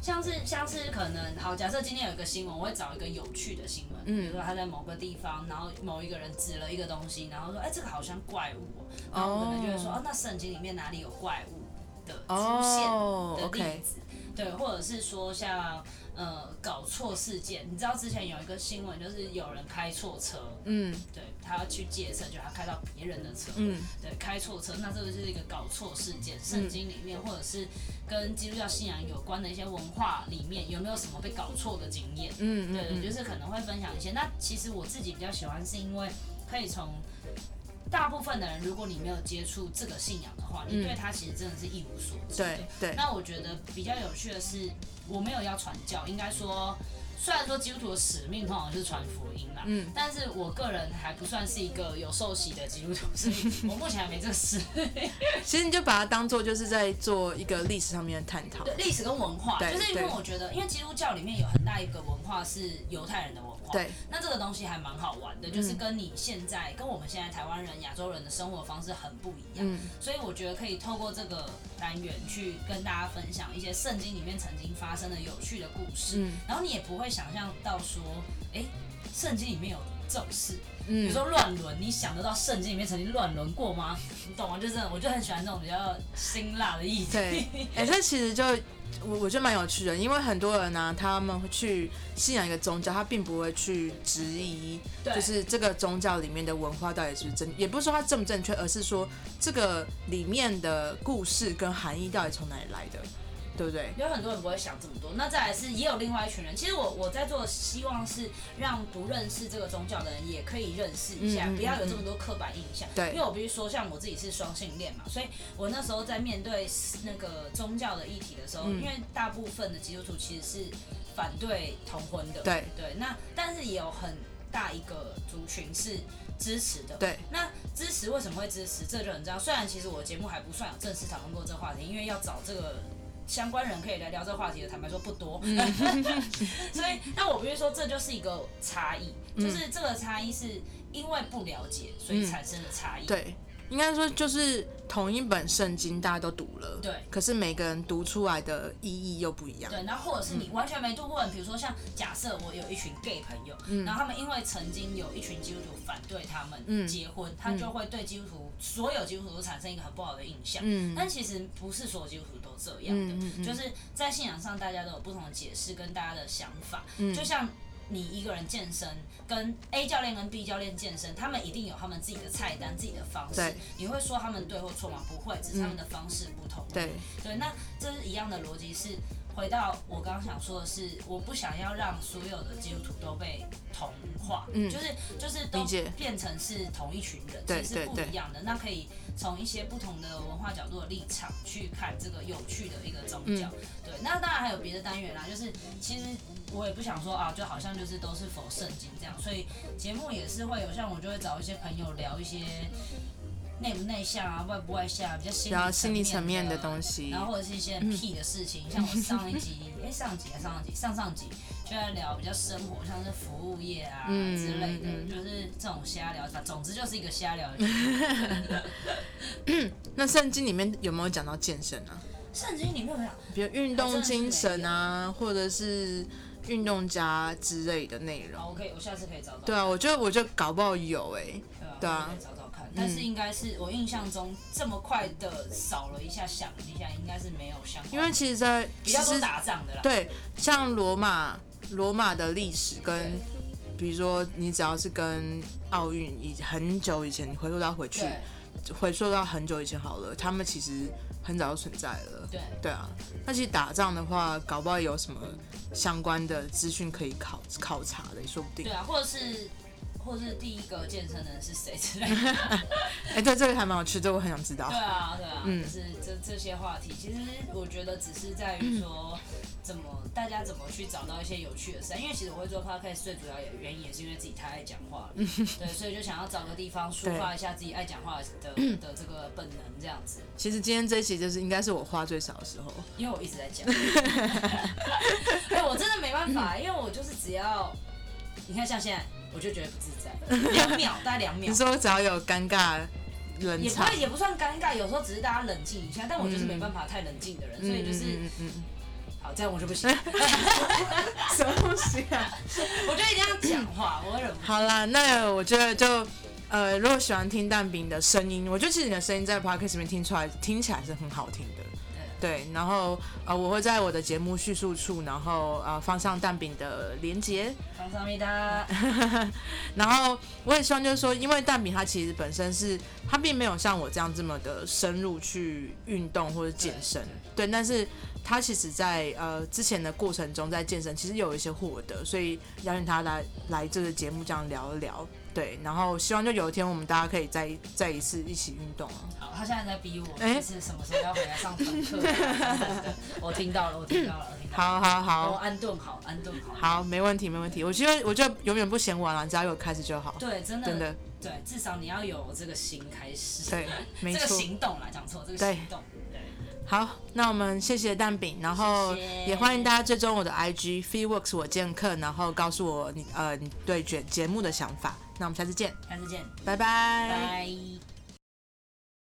B: 像是像是可能好，假设今天有一个新闻，我会找一个有趣的新闻，
A: 嗯
B: 比如说他在某个地方，然后某一个人指了一个东西，然后说，哎、这个好像怪物、哦，然后我可能就会说，
A: 哦
B: 哦、那圣经里面哪里有怪物的出现
A: 哦
B: 的例
A: ，OK，
B: 子对，或者是说像呃搞错事件，你知道之前有一个新闻，就是有人开错车，
A: 嗯
B: 对他要去借车，就他开到别人的车，
A: 嗯
B: 对，开错车，那这个就是一个搞错事件。圣经里面或者是跟基督教信仰有关的一些文化里面，有没有什么被搞错的经验？
A: 嗯
B: 对对，
A: 嗯
B: 就是可能会分享一些。那其实我自己比较喜欢，是因为可以从大部分的人，如果你没有接触这个信仰的话，你
A: 嗯
B: 对他其实真的是一无所知。
A: 对对
B: 那我觉得比较有趣的是，我没有要传教，应该说，虽然说基督徒的使命通常是传福音啦，
A: 嗯
B: 但是我个人还不算是一个有受洗的基督徒，所 以我目前还没这个事。
A: 嗯，其实你就把它当做就是在做一个历史上面的探讨
B: 对， 历史跟文化，
A: 对
B: 就是因为
A: 对
B: 我觉得，因为基督教里面有很大一个文化是犹太人的文化，
A: 对，嗯
B: 那这个东西还蛮好玩的，就是跟你现在、跟我们现在台湾人、亚洲人的生活方式很不一样。
A: 嗯
B: 所以我觉得可以透过这个单元去跟大家分享一些圣经里面曾经发生的有趣的故事，
A: 嗯
B: 然后你也不会想象到说，哎、圣经里面有这种事，比
A: 嗯，
B: 如说乱伦，你想得到圣经里面曾经乱伦过吗？你懂吗？就是我就很喜欢这种比较辛辣的议题。
A: 对， 哎，这其实就。我我觉得蛮有趣的，因为很多人呢、他们会去信仰一个宗教，他并不会去质疑
B: 对，
A: 就是这个宗教里面的文化到底是不是真，也不是说它正不正确，而是说这个里面的故事跟含义到底从哪里来的，对不对？
B: 有很多人不会想这么多。那再来是，也有另外一群人。其实我我在做，的希望是让不认识这个宗教的人也可以认识一下，
A: 嗯嗯嗯
B: 不要有这么多刻板印象。
A: 对
B: 因为我必须说，像我自己是双性恋嘛，所以我那时候在面对那个宗教的议题的时候，
A: 嗯
B: 因为大部分的基督徒其实是反对同婚的，
A: 对
B: 对。那但是也有很大一个族群是支持的，
A: 对，
B: 那支持为什么会支持？这就很重要。虽然其实我的节目还不算有正式讨论过这个话题，因为要找这个相关人可以来聊这个话题的，坦白说不多。 所以，那我必须说，这就是一个差异，就是这个差异是因为不了解，所以产生的差异。
A: 对，应该说就是同一本圣经大家都读了，
B: 对
A: 可是每个人读出来的意义又不一样。
B: 对，然后或者是你完全没读过人，比如说像假设我有一群 gay 朋友，然后他们因为曾经有一群基督徒反对他们结婚，他就会对基督徒所有基督徒都产生一个很不好的印象。
A: 嗯
B: 但其实不是所有基督徒都这样的，
A: 嗯嗯嗯
B: 就是在信仰上大家都有不同的解释跟大家的想法，
A: 嗯
B: 就像。你一个人健身，跟 A 教练跟 B 教练健身，他们一定有他们自己的菜单、自己的方式
A: 对。
B: 你会说他们对或错吗？不会，只是他们的方式不同。
A: 对，
B: 对，那这是一样的逻辑是。回到我刚刚想说的是，我不想要让所有的基督徒都被同化，
A: 嗯
B: 就是就是都
A: 理解
B: 变成是同一群人，
A: 对
B: 其实
A: 对
B: 是不
A: 对
B: 一样的。那可以从一些不同的文化角度的立场去看这个有趣的一个宗教。
A: 嗯
B: 对，那当然还有别的单元啦，就是其实我也不想说啊，就好像就是都是否圣经这样，所以节目也是会有，像我就会找一些朋友聊一些内不内向啊，外不外向、啊，比较心
A: 然后心理层面
B: 的
A: 的东西嗯
B: 然，后或者是一些很屁的事情，像我上一集， 哎、上集还上上集上上集就在聊比较生活，像是服务业啊、
A: 嗯
B: 之类的，
A: 嗯
B: 就是这种瞎聊，总之就是一个 瞎聊的节目。
A: 那圣经里面有没有讲到健身啊？
B: 圣经里面有没有？
A: 比如运动精神
B: 哦
A: 啊，或者是运动家之类的内容。
B: 好，我可以，我下次可以找找。
A: 对啊，我觉得我觉得搞不好有哎、对
B: 对
A: 啊
B: 啊，我可以找找看。但是应该是我印象中这么快的扫了一下，想了一下，应该是没有相关，
A: 因为其实在，其
B: 比较多
A: 实
B: 打仗的啦。
A: 对，像罗马，罗马的历史跟，比如说你只要是跟奥运以很久以前，你回溯到回去，
B: 对
A: 回溯到很久以前好了，他们其实很早就存在了。
B: 对，
A: 对啊，那其实打仗的话，搞不好有什么相关的资讯可以考考察的，也说不定
B: 对。啊，或者是或者是第一个健身的人是谁之类的。
A: 哎、对，这个还蛮有趣，这个我很想知道
B: 对。啊，对啊，
A: 嗯
B: 就是这这些话题，其实我觉得只是在于说，怎么大家怎么去找到一些有趣的事啊，因为其实我会做 podcast 最主要也原因也是因为自己太爱讲话了，对，所以就想要找个地方抒发一下自己爱讲话的的这个本能这样子，
A: 其实今天这一集就是应该是我话最少的 时候。
B: 因为我一直在讲，哎，我真的没办法，因为我就是只要你看像现在，我就觉得不自在，两秒，大概两秒
A: 你。说只要有尴尬冷
B: 也不
A: 场，
B: 会，也不算尴尬，有时候只是大家冷静一下，但我就是没办法太冷静的人，所以就是
A: 嗯嗯嗯
B: 好，这样我就不 行，
A: 嗯什么东西 啊？
B: 我就一定要讲话，我忍不住。
A: 好啦，那我觉得就呃，如果喜欢听蛋饼的声音，我觉得其实你的声音在 podcast 里面听出来，听起来是很好听的。对，然后呃，我会在我的节目叙述处，然后呃放上蛋饼的连接，
B: 康萨米达，
A: 嗯 然后我也希望就是说，因为蛋饼它其实本身是它并没有像我这样这么的深入去运动或者健身，对，但是它其实在呃之前的过程中在健身其实有一些获得，所以邀请他来来这个节目这样聊一聊，对，然后希望就有一天我们大家可以再再一次一起运动啊，
B: 好，他现在在逼我，
A: 哎
B: 就是什么时候要回来上团课啊等等的。我听到了，我听到了，我听到
A: 好
B: 了。
A: 好
B: 我
A: 好
B: 安顿好，安顿好。
A: 好，没问题没问题，我觉得我觉得永远不嫌晚了，啊只要有开始就好，
B: 对，真的，
A: 真的
B: 对，至少你要有这个心开始，
A: 对，没
B: 这个
A: 错。
B: 行动啦，讲错，这个
A: 对
B: 行动，对，
A: 好，那我们谢谢蛋饼，然后
B: 谢谢
A: 也欢迎大家追踪我的 IG FreeWorks 我见客，然后告诉我你呃你对节节目的想法。那我们下次见，
B: 下次见，
A: 拜拜
B: 拜。